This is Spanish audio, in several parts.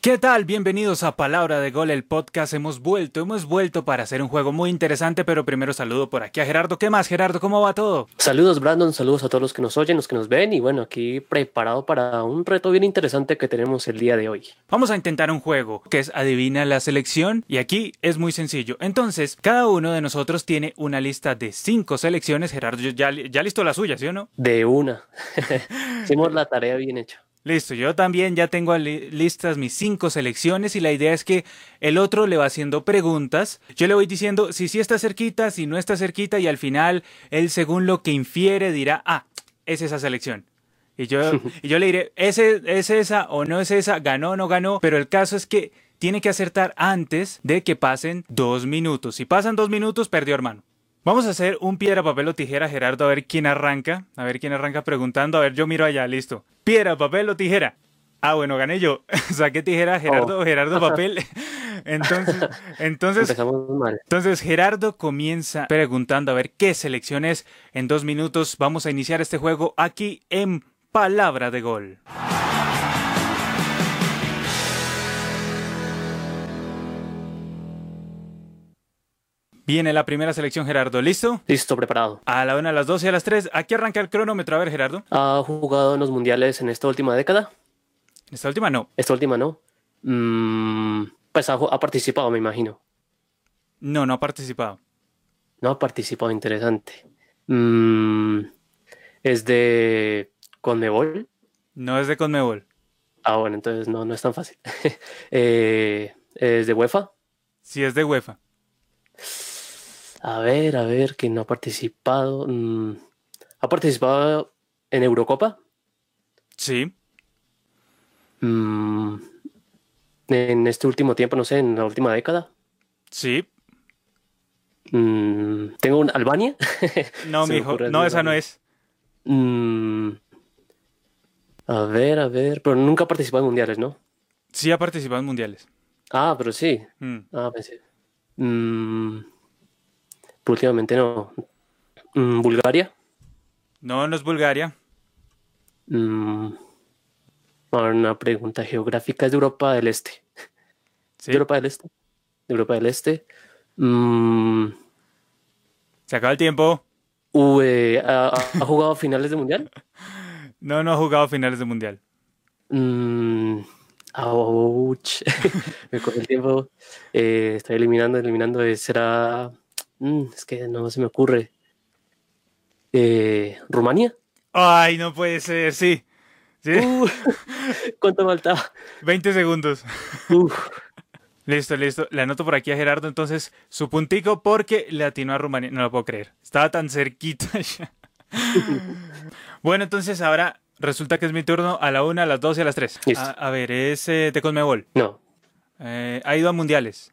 ¿Qué tal? Bienvenidos a Palabra de Gol, el podcast. Hemos vuelto, hemos vuelto para hacer un juego muy interesante, pero primero saludo por aquí a Gerardo. ¿Qué más, Gerardo? ¿Cómo va todo? Saludos, Brandon. Saludos a todos los que nos oyen, los que nos ven. Y bueno, aquí preparado para un reto bien interesante que tenemos el día de hoy. Vamos a intentar un juego que es Adivina la selección. Y aquí es muy sencillo. Entonces, cada uno de nosotros tiene una lista de cinco selecciones. Gerardo, ya, ya listo la suya, ¿sí o no? De una. Hicimos la tarea bien hecha. Listo, yo también ya tengo li listas mis cinco selecciones y la idea es que el otro le va haciendo preguntas. Yo le voy diciendo si sí está cerquita, si no está cerquita y al final él según lo que infiere dirá, ah, es esa selección. Y yo, y yo le diré, ¿Es, ¿es esa o no es esa? ¿Ganó o no ganó? Pero el caso es que tiene que acertar antes de que pasen dos minutos. Si pasan dos minutos, perdió hermano. Vamos a hacer un piedra, papel o tijera, Gerardo, a ver quién arranca. A ver quién arranca preguntando. A ver, yo miro allá, listo. Piedra, papel o tijera. Ah, bueno, gané yo. Saqué tijera, Gerardo, oh. Gerardo, papel. Entonces, entonces, Empezamos mal. entonces Gerardo comienza preguntando a ver qué selección es. En dos minutos vamos a iniciar este juego aquí en Palabra de Gol. Viene la primera selección, Gerardo. ¿Listo? Listo, preparado. A la una, a las dos y a las tres. Aquí arranca el cronómetro. A ver, Gerardo. ¿Ha jugado en los mundiales en esta última década? En esta última no. Esta última no. Mm, pues ha, ha, participado, me imagino. No, no ha participado. No ha participado, interesante. Mm, ¿Es de Conmebol? No es de Conmebol. Ah, bueno, entonces no, no es tan fácil. eh, ¿Es de UEFA? Sí, es de UEFA. A ver, a ver, ¿quién no ha participado? mm, ¿Ha participado en Eurocopa? Sí. Mm, ¿En este último tiempo, no sé, en la última década? Sí. Mm, ¿Tengo un Albania? No, mijo, no, esa no es. Mm, A ver, a ver, pero nunca ha participado en mundiales, ¿no? Sí, ha participado en mundiales. Ah, pero sí. Mm. Ah, pensé. Mm. Últimamente no. Mm, ¿Bulgaria? No, no es Bulgaria. Mm, ahora una pregunta geográfica. ¿Es de Europa del Este? Sí. ¿De Europa del Este? ¿De Europa del Este? Mm, Se acaba el tiempo. Uh, eh, ¿ha, ¿ha, jugado finales de mundial? No, no ha jugado finales de mundial. Mm, ouch. Me coge el tiempo. Eh, estoy eliminando, eliminando. Eh, ¿Será mm, es que no se me ocurre. Eh, ¿Rumania? Ay, no puede ser, sí. ¿Sí? Uh, ¿Cuánto faltaba? 20 segundos. Uf. Listo, listo. Le anoto por aquí a Gerardo entonces su puntico porque le atinó a Rumania. No lo puedo creer. Estaba tan cerquita ya. bueno, entonces ahora resulta que es mi turno a la 1, a las 2 y a las 3. A, a, ver, ¿es eh, de Conmebol? No. Eh, ¿Ha ido a mundiales?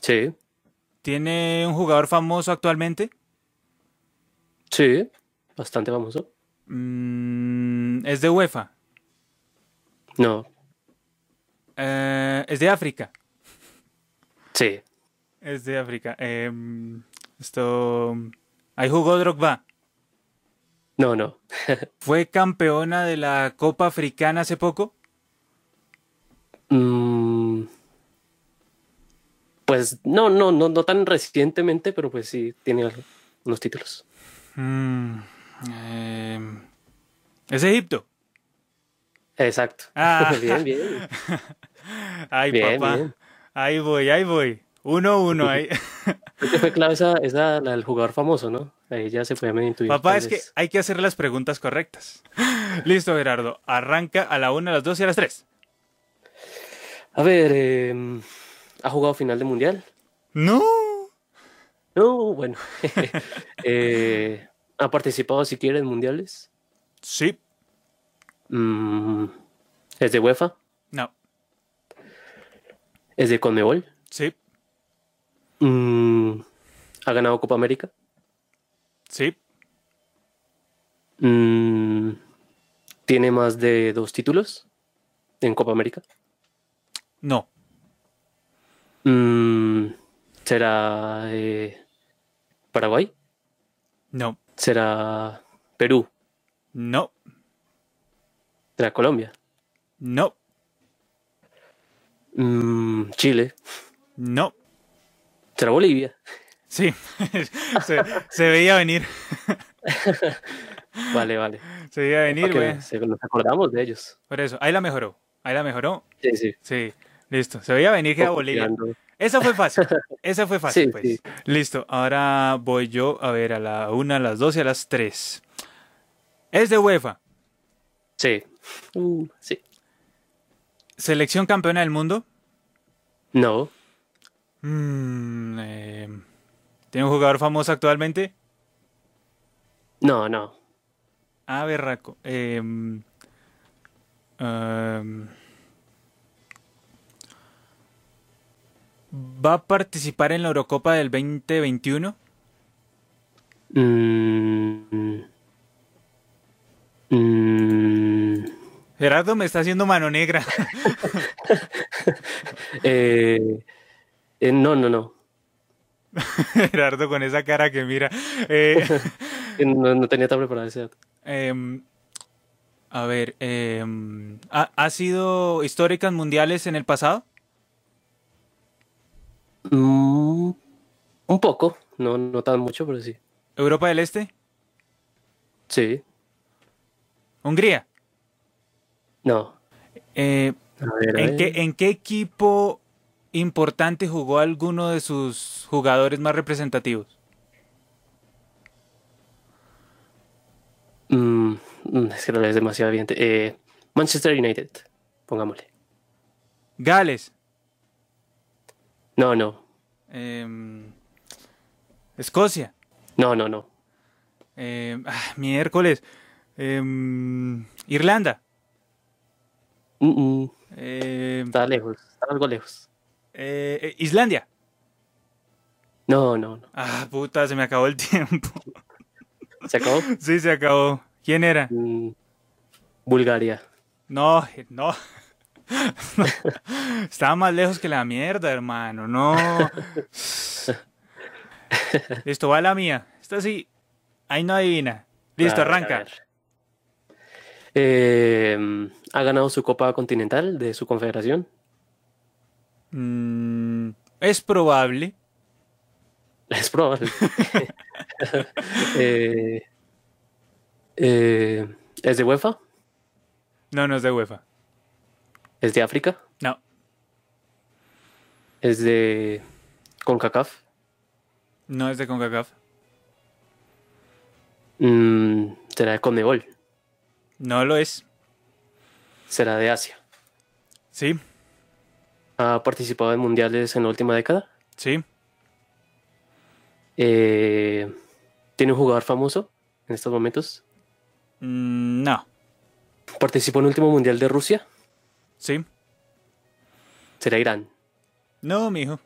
Sí. ¿Tiene un jugador famoso actualmente? Sí, bastante famoso. Mm, ¿Es de UEFA? No. Eh, ¿Es de África? Sí. Es de África. Eh, esto. ¿Ahí jugó Drogba? No, no. ¿Fue campeona de la Copa Africana hace poco? Mmm pues no, no, no, no tan recientemente, pero pues sí tiene unos títulos. Mm, eh, es Egipto. Exacto. Ah. bien, bien. Ay, bien, papá. Bien. Ahí voy, ahí voy. Uno, uno, ahí. Creo fue clave esa, esa, la del jugador famoso, ¿no? Ahí ya se fue medio intuir. Papá, es vez. que hay que hacer las preguntas correctas. Listo, Gerardo. Arranca a la una, a las dos y a las tres. A ver, eh. ¿Ha jugado final de mundial? No. No, bueno. eh, ¿Ha participado siquiera en mundiales? Sí. Mm, ¿Es de UEFA? No. ¿Es de Conmebol? Sí. Mm, ¿Ha ganado Copa América? Sí. Mm, ¿Tiene más de dos títulos en Copa América? No. Mm, ¿Será eh, Paraguay? No. ¿Será Perú? No. ¿Será Colombia? No. Mm, Chile. No. ¿Será Bolivia? Sí, se, se veía venir. Vale, vale. Se veía venir, Ok, güey. se- nos acordamos de ellos. Por eso, ahí la mejoró. Ahí la mejoró. Sí, sí. Sí, listo. Se veía venir que era Bolivia. Copiando. Esa fue fácil. Esa fue fácil, Sí, pues. sí. Listo. Ahora voy yo a ver a la una, a las dos y a las tres. Es de UEFA. Sí. Uh, sí. Selección campeona del mundo. No. Mm, eh, ¿Tiene un jugador famoso actualmente? No, no. Ah, berraco. Eh, um, ¿Va a participar en la Eurocopa del 2021? Mm. Mm. Gerardo me está haciendo mano negra. Eh, eh, no, no, no. Gerardo con esa cara que mira. Eh, No, no tenía tan preparado ese dato. em, a ver, em, ¿ha, ha sido históricas mundiales en el pasado? Mm, un poco. No, no tan mucho, pero sí. ¿Europa del Este? Sí. ¿Hungría? No. Eh, A ver, a ¿En qué, ver. en qué equipo importante jugó alguno de sus jugadores más representativos? Mm, mm, es que no es demasiado evidente. Eh, Manchester United, pongámosle. Gales. No, no. em, Escocia. No, no, no. em, ah, miércoles. em, Irlanda. Mm, mm, em, está lejos. Está algo lejos. eh, eh, Islandia. No, no, no. Ah, puta, se me acabó el tiempo. ¿Se acabó? Sí, se acabó. ¿Quién era? Mm, Bulgaria. No, no. No. Estaba más lejos que la mierda, hermano. No. Listo, va la mía. Esta sí. Ahí no adivina. Listo, A ver, a arranca. ver. Eh, ha ganado su Copa Continental de su confederación. Mm, es probable. Es probable. Eh, eh, ¿Es de UEFA? No, no es de UEFA. ¿Es de África? No. ¿Es de CONCACAF? No es de CONCACAF. Mm, ¿Será de CONMEBOL? No lo es. ¿Será de Asia? Sí, ¿Ha participado en mundiales en la última década? sí. Eh, ¿Tiene un jugador famoso en estos momentos? Mm, no. ¿Participó en el último mundial de Rusia? Sí. ¿Será Irán? No, mijo.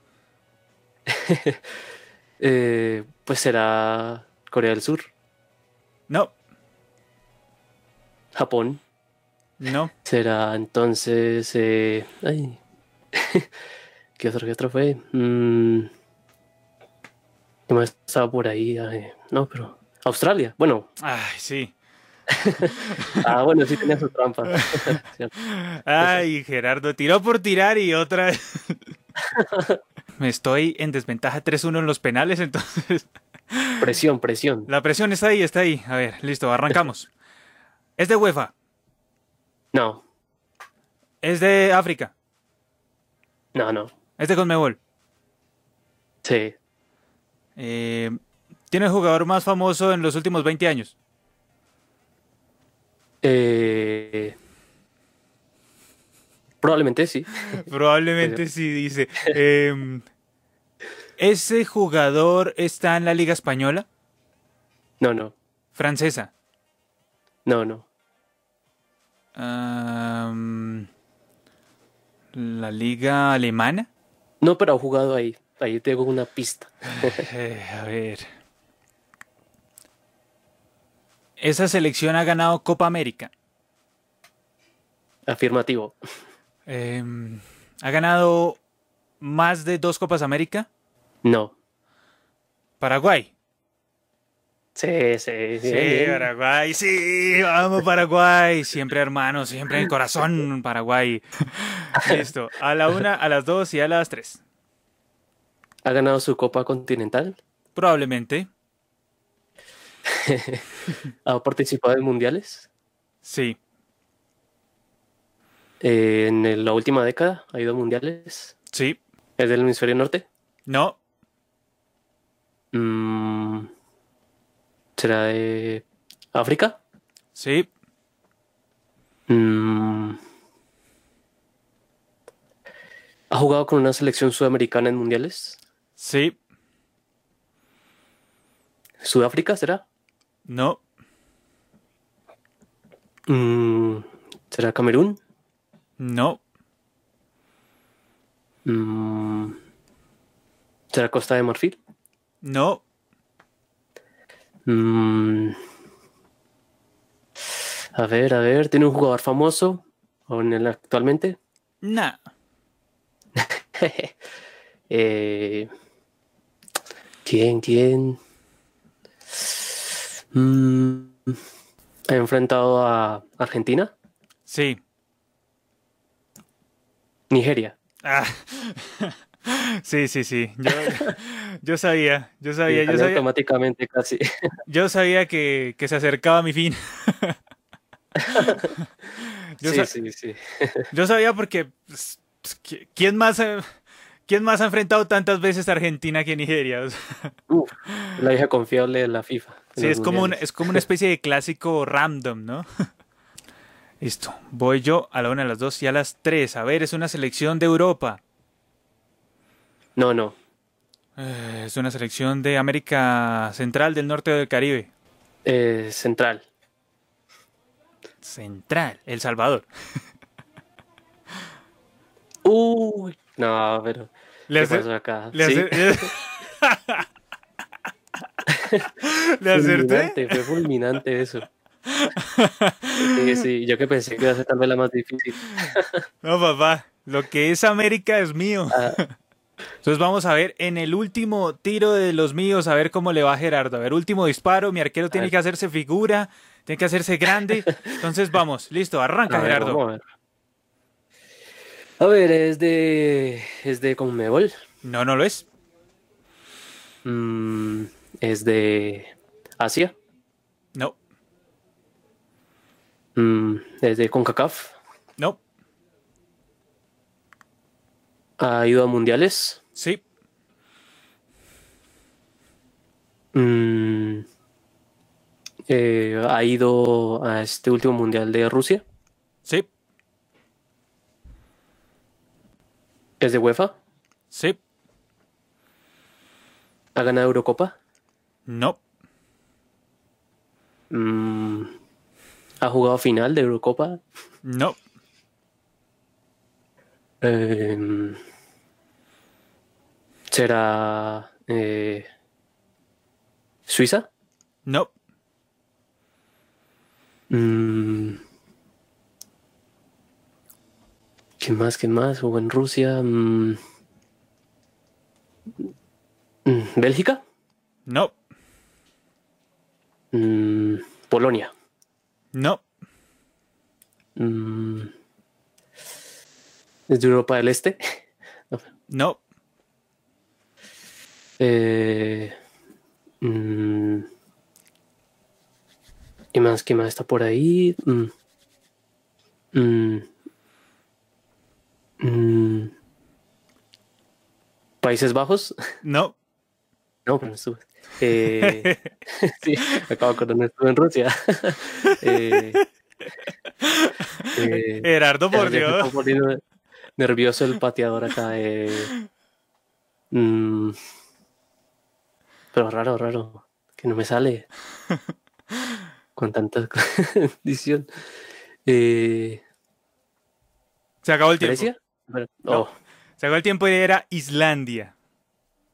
Eh, pues será Corea del Sur, No. Japón. No. Será entonces. eh, ay. ¿Qué otro, qué otro fue? Mm, ¿Qué más estaba por ahí? Ay, no, pero. Australia. Bueno, Ay, sí. ah, bueno, sí tenía su trampa. Cierto. Ay, Gerardo, tiró por tirar y otra vez. Me estoy en desventaja 3-1 en los penales, entonces. presión, presión. La presión está ahí, está ahí. A ver, listo, arrancamos. Es de UEFA, No, es de África, no, no. es de Conmebol. Sí. Eh, ¿Tiene el jugador más famoso en los últimos 20 años? Eh, probablemente sí. Probablemente sí, dice. Eh, ¿Ese jugador está en la Liga Española? No, no, ¿Francesa? no, no. Am, ¿La Liga Alemana? No, pero ha jugado ahí. Ahí tengo una pista. Eh, a ver. Esa selección ha ganado Copa América. Afirmativo. Eh, ha ganado más de dos Copas América. No. Paraguay. Sí, sí, Sí, bien, bien. Paraguay, sí, vamos Paraguay, siempre hermano, siempre en el corazón Paraguay. Listo, a la una, a las dos y a las tres. Ha ganado su Copa Continental, Probablemente, ha participado en mundiales sí. eh, en el- la última década, ha ido a mundiales, Sí, es del hemisferio norte. no, Mm, ¿Será de África? sí, Mm, ¿Ha jugado con una selección sudamericana en mundiales? sí, ¿Sudáfrica será? no, Mm, ¿Será Camerún? no, Mm, ¿Será Costa de Marfil? no, Mm, A ver, a ver, ¿tiene un jugador famoso o en el actualmente? nada. Eh, ¿Quién, quién? Mm, ¿Ha enfrentado a Argentina? Sí. Nigeria. Ah. Sí, sí, sí. Yo, yo sabía, yo sabía, Ah, yo Salió sabía, automáticamente casi. yo sabía que, que se acercaba mi fin. Yo, sí, sa- sí, sí. yo sabía porque pues, pues, qui- ¿quién más, eh, ¿quién más ha enfrentado tantas veces a Argentina que Nigeria? O sea, Uf, la vieja confiable de la FIFA. en sí, los es como, una, mundiales. es como una especie de clásico random, ¿no? Listo. Voy yo a la una, a las dos y a las tres. A ver, es una selección de Europa. No, no. Eh, Es una selección de América Central, del norte del Caribe. Eh, central. Central, El Salvador. Uy, no, pero. Le ¿Qué acer- pasó acá? le Sí, acer- ¿Le acerté? fulminante, fue fulminante eso. Sí, sí, yo que pensé que iba a ser tal vez la más difícil. No, papá. Lo que es América es mío. Ah. Entonces vamos a ver en el último tiro de los míos, a ver cómo le va a Gerardo. A ver, último disparo. Mi arquero tiene ver. que hacerse figura, tiene que hacerse grande. Entonces vamos, listo, arranca A ver, Gerardo. vamos a ver. A ver, es de. Es de Conmebol. No, no lo es. Mm, es de. Asia. No, Mm, es de CONCACAF. no, Ha ido a mundiales. sí, Mm, eh, ha ido a este último mundial de Rusia. sí, Es de UEFA. sí, Ha ganado Eurocopa. no, Mm, ha jugado final de Eurocopa. no, Em, será eh, Suiza. no, Mm, ¿Quién más? ¿Quién más? ¿Jugó en Rusia? Mm, mm, ¿Bélgica? no, Mm, Polonia. no, Mm, ¿Es de Europa del Este? no, Eh, mm, ¿Qué más? ¿Qué más está por ahí? Mm, mm, mm, ¿Países Bajos? no. No, pero no estuve. Eh, sí, me acabo de acordar, no estuve en Rusia. Eh, eh, Gerardo, por ya se Dios. está poniendo nervioso el pateador acá. eh. Mm, pero raro, raro. Que no me sale. Con tanta condición. Eh, Se acabó el tiempo. ¿Grecia? Bueno, No. oh, Se acabó el tiempo y era Islandia.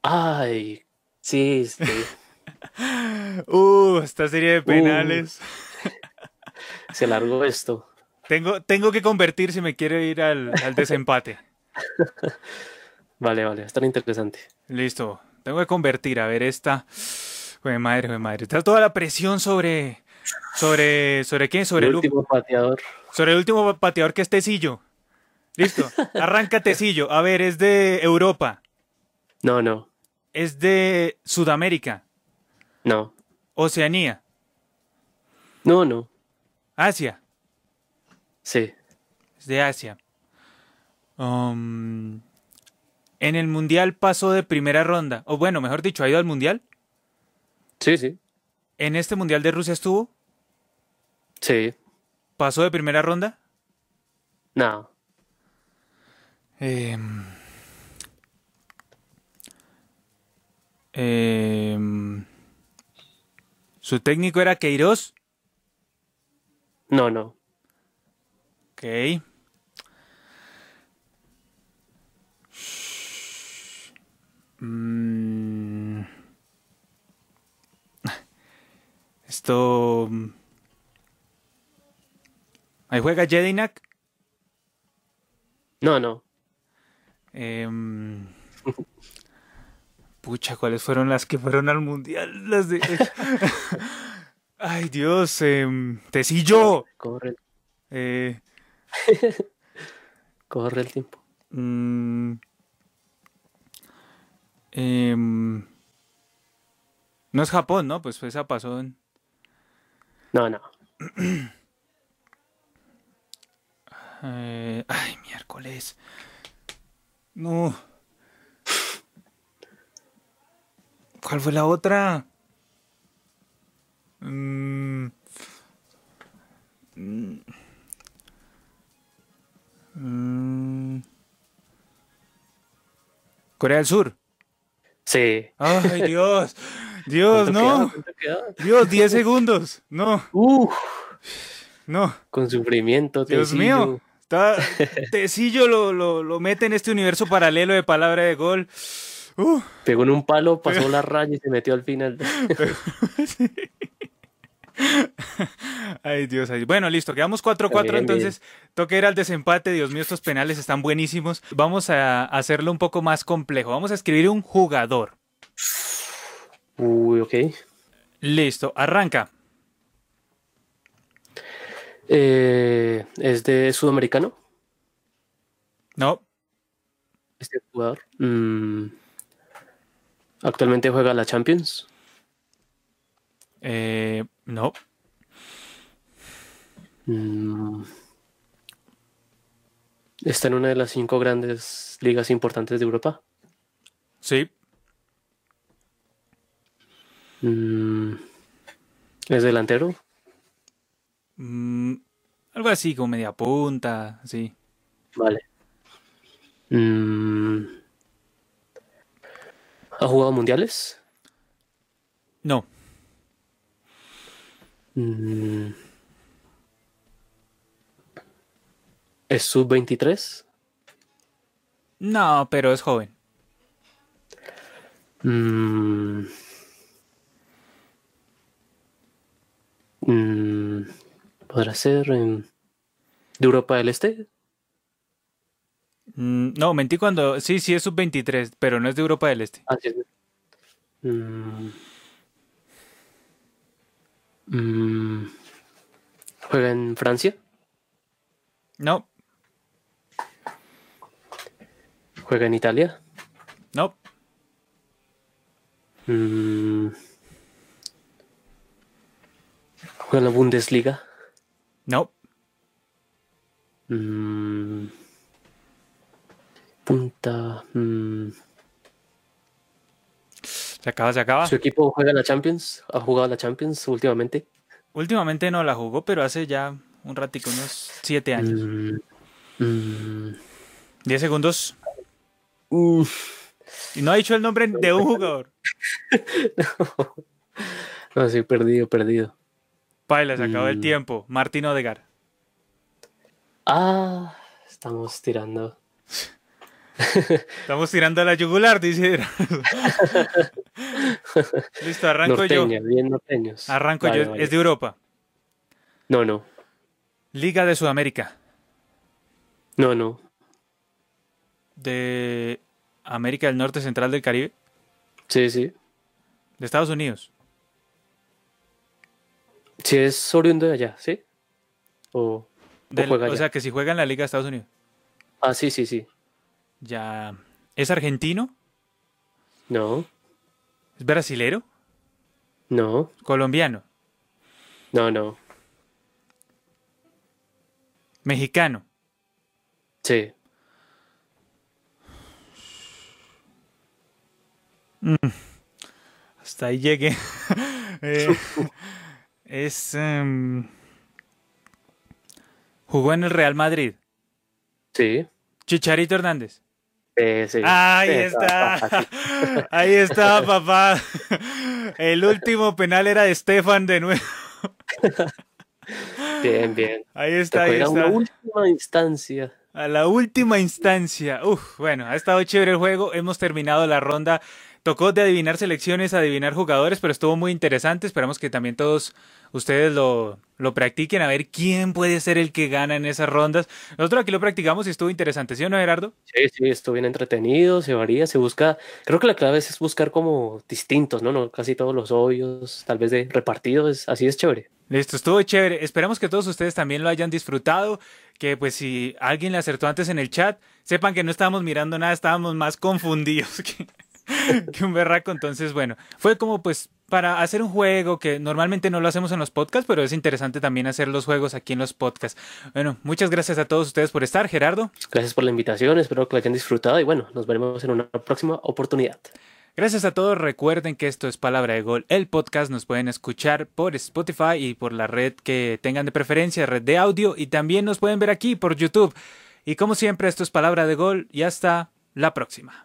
Ay, sí, sí. Uh, esta serie de penales. Uh. se largó esto. Tengo, tengo que convertir si me quiero ir al, al desempate. Vale, vale, va a estar interesante. Listo. Tengo que convertir. A ver, esta. Jue madre, jue madre. Está toda la presión sobre. ¿Sobre sobre quién? Sobre el Lu- último pateador. Sobre el último pateador que es Tecillo. Listo. Arranca Tecillo. A ver, es de Europa. No, no, Es de Sudamérica. no. Oceanía. No, no. Asia. Sí. Es de Asia. Um, en el Mundial pasó de primera ronda. O bueno, mejor dicho, ha ido al Mundial. Sí, sí. En este Mundial de Rusia estuvo. Sí. Pasó de primera ronda. No. Em, em, su técnico era Queiroz. No, no. Ok. Mm. Esto. mm. Ahí juega Jedinak. No, no. Em, pucha, ¿cuáles fueron las que fueron al mundial? Las de. Ay, Dios. em, Tecillo. Corre, Eh, corre el tiempo. Mm. Em, no es Japón, ¿no? Pues esa pasó en... No, no. eh, ay, miércoles. No. ¿Cuál fue la otra? Mm. Mm. Mm. Corea del Sur. Sí. Ay, Dios. Dios, ¿Cuánto no. queda? ¿Cuánto queda? Dios, 10 segundos. No, Uf, no. con sufrimiento. Dios Tecillo. mío. Está, Tecillo lo, lo, lo mete en este universo paralelo de palabra de gol. Uh, Pegó en un palo, pasó la raya y se metió al final. ay, Dios. ay. Bueno, listo. Quedamos 4-4. Bien, bien. Entonces, toca ir al desempate. Dios mío, estos penales están buenísimos. Vamos a hacerlo un poco más complejo. Vamos a escribir un jugador. Uy, ok. Listo. Arranca. Eh, es de sudamericano, No, este jugador. Mm, actualmente juega la Champions. eh, no. Mm, está en una de las cinco grandes ligas importantes de Europa. Sí, Mm, es delantero. Mm, algo así como media punta, sí. Vale. Mm, ¿Ha jugado mundiales? No, Mm. ¿Es sub-23? no, pero es joven. Mm. Mm. ¿Podrá ser em, de Europa del Este? Mm, no, mentí cuando. Sí, sí, es sub-23, pero no es de Europa del Este. Ah, sí, sí. Mm. Mm. ¿Juega en Francia? No, ¿Juega en Italia? no, Mm. ¿Juega en la Bundesliga? no, Mm. Punta. mm. se acaba, se acaba. ¿Su equipo juega la Champions? ¿Ha jugado la Champions últimamente? Últimamente no la jugó, pero hace ya un ratico, unos 7 años. Mm, mm, 10 segundos. uf, Y no ha dicho el nombre de un jugador. no, sí, perdido, perdido. Paila, se acabó el Mm. tiempo. Martín Odegar. Ah, estamos tirando. Estamos tirando a la yugular, dice. Listo, arranco Norteña, yo. bien norteños. Arranco Vale, yo. vale. Es de Europa. No, no, Liga de Sudamérica. no, no, de América del Norte, Central del Caribe, sí, sí, de Estados Unidos. Si es oriundo de allá, ¿sí? O, Del- juega o allá. sea, que si juega en la Liga de Estados Unidos. Ah, sí, sí, sí. Ya. ¿Es argentino? No, ¿Es brasilero? no, ¿Colombiano? no, no. ¿Mexicano? Sí. Hasta ahí llegué. Eh, es. em, jugó en el Real Madrid. Sí. Chicharito Hernández. Eh, sí. Ahí Esa, está. fácil. Ahí está, papá. El último penal era de Estefan de nuevo. Bien, bien. Ahí Tocó está, ahí ir a una está. última instancia. A la última instancia. Uf, bueno, ha estado chévere el juego. Hemos terminado la ronda. Tocó de adivinar selecciones, adivinar jugadores, pero estuvo muy interesante. Esperamos que también todos ustedes lo, lo practiquen, a ver quién puede ser el que gana en esas rondas. Nosotros aquí lo practicamos y estuvo interesante, ¿sí o no, Gerardo? Sí, sí, estuvo bien entretenido, se varía, se busca. Creo que la clave es buscar como distintos, ¿no? no casi todos los obvios, tal vez de repartidos, así es chévere. Listo, estuvo chévere. Esperamos que todos ustedes también lo hayan disfrutado. Que pues si alguien le acertó antes en el chat, sepan que no estábamos mirando nada, estábamos más confundidos que, que un berraco. Entonces, bueno, fue como pues para hacer un juego que normalmente no lo hacemos en los podcasts, pero es interesante también hacer los juegos aquí en los podcasts. Bueno, muchas gracias a todos ustedes por estar, Gerardo. Gracias por la invitación, espero que la hayan disfrutado y bueno, nos veremos en una próxima oportunidad. Gracias a todos. Recuerden que esto es Palabra de Gol, el podcast. Nos pueden escuchar por Spotify y por la red que tengan de preferencia, red de audio. Y también nos pueden ver aquí por YouTube. Y como siempre, esto es Palabra de Gol y hasta la próxima.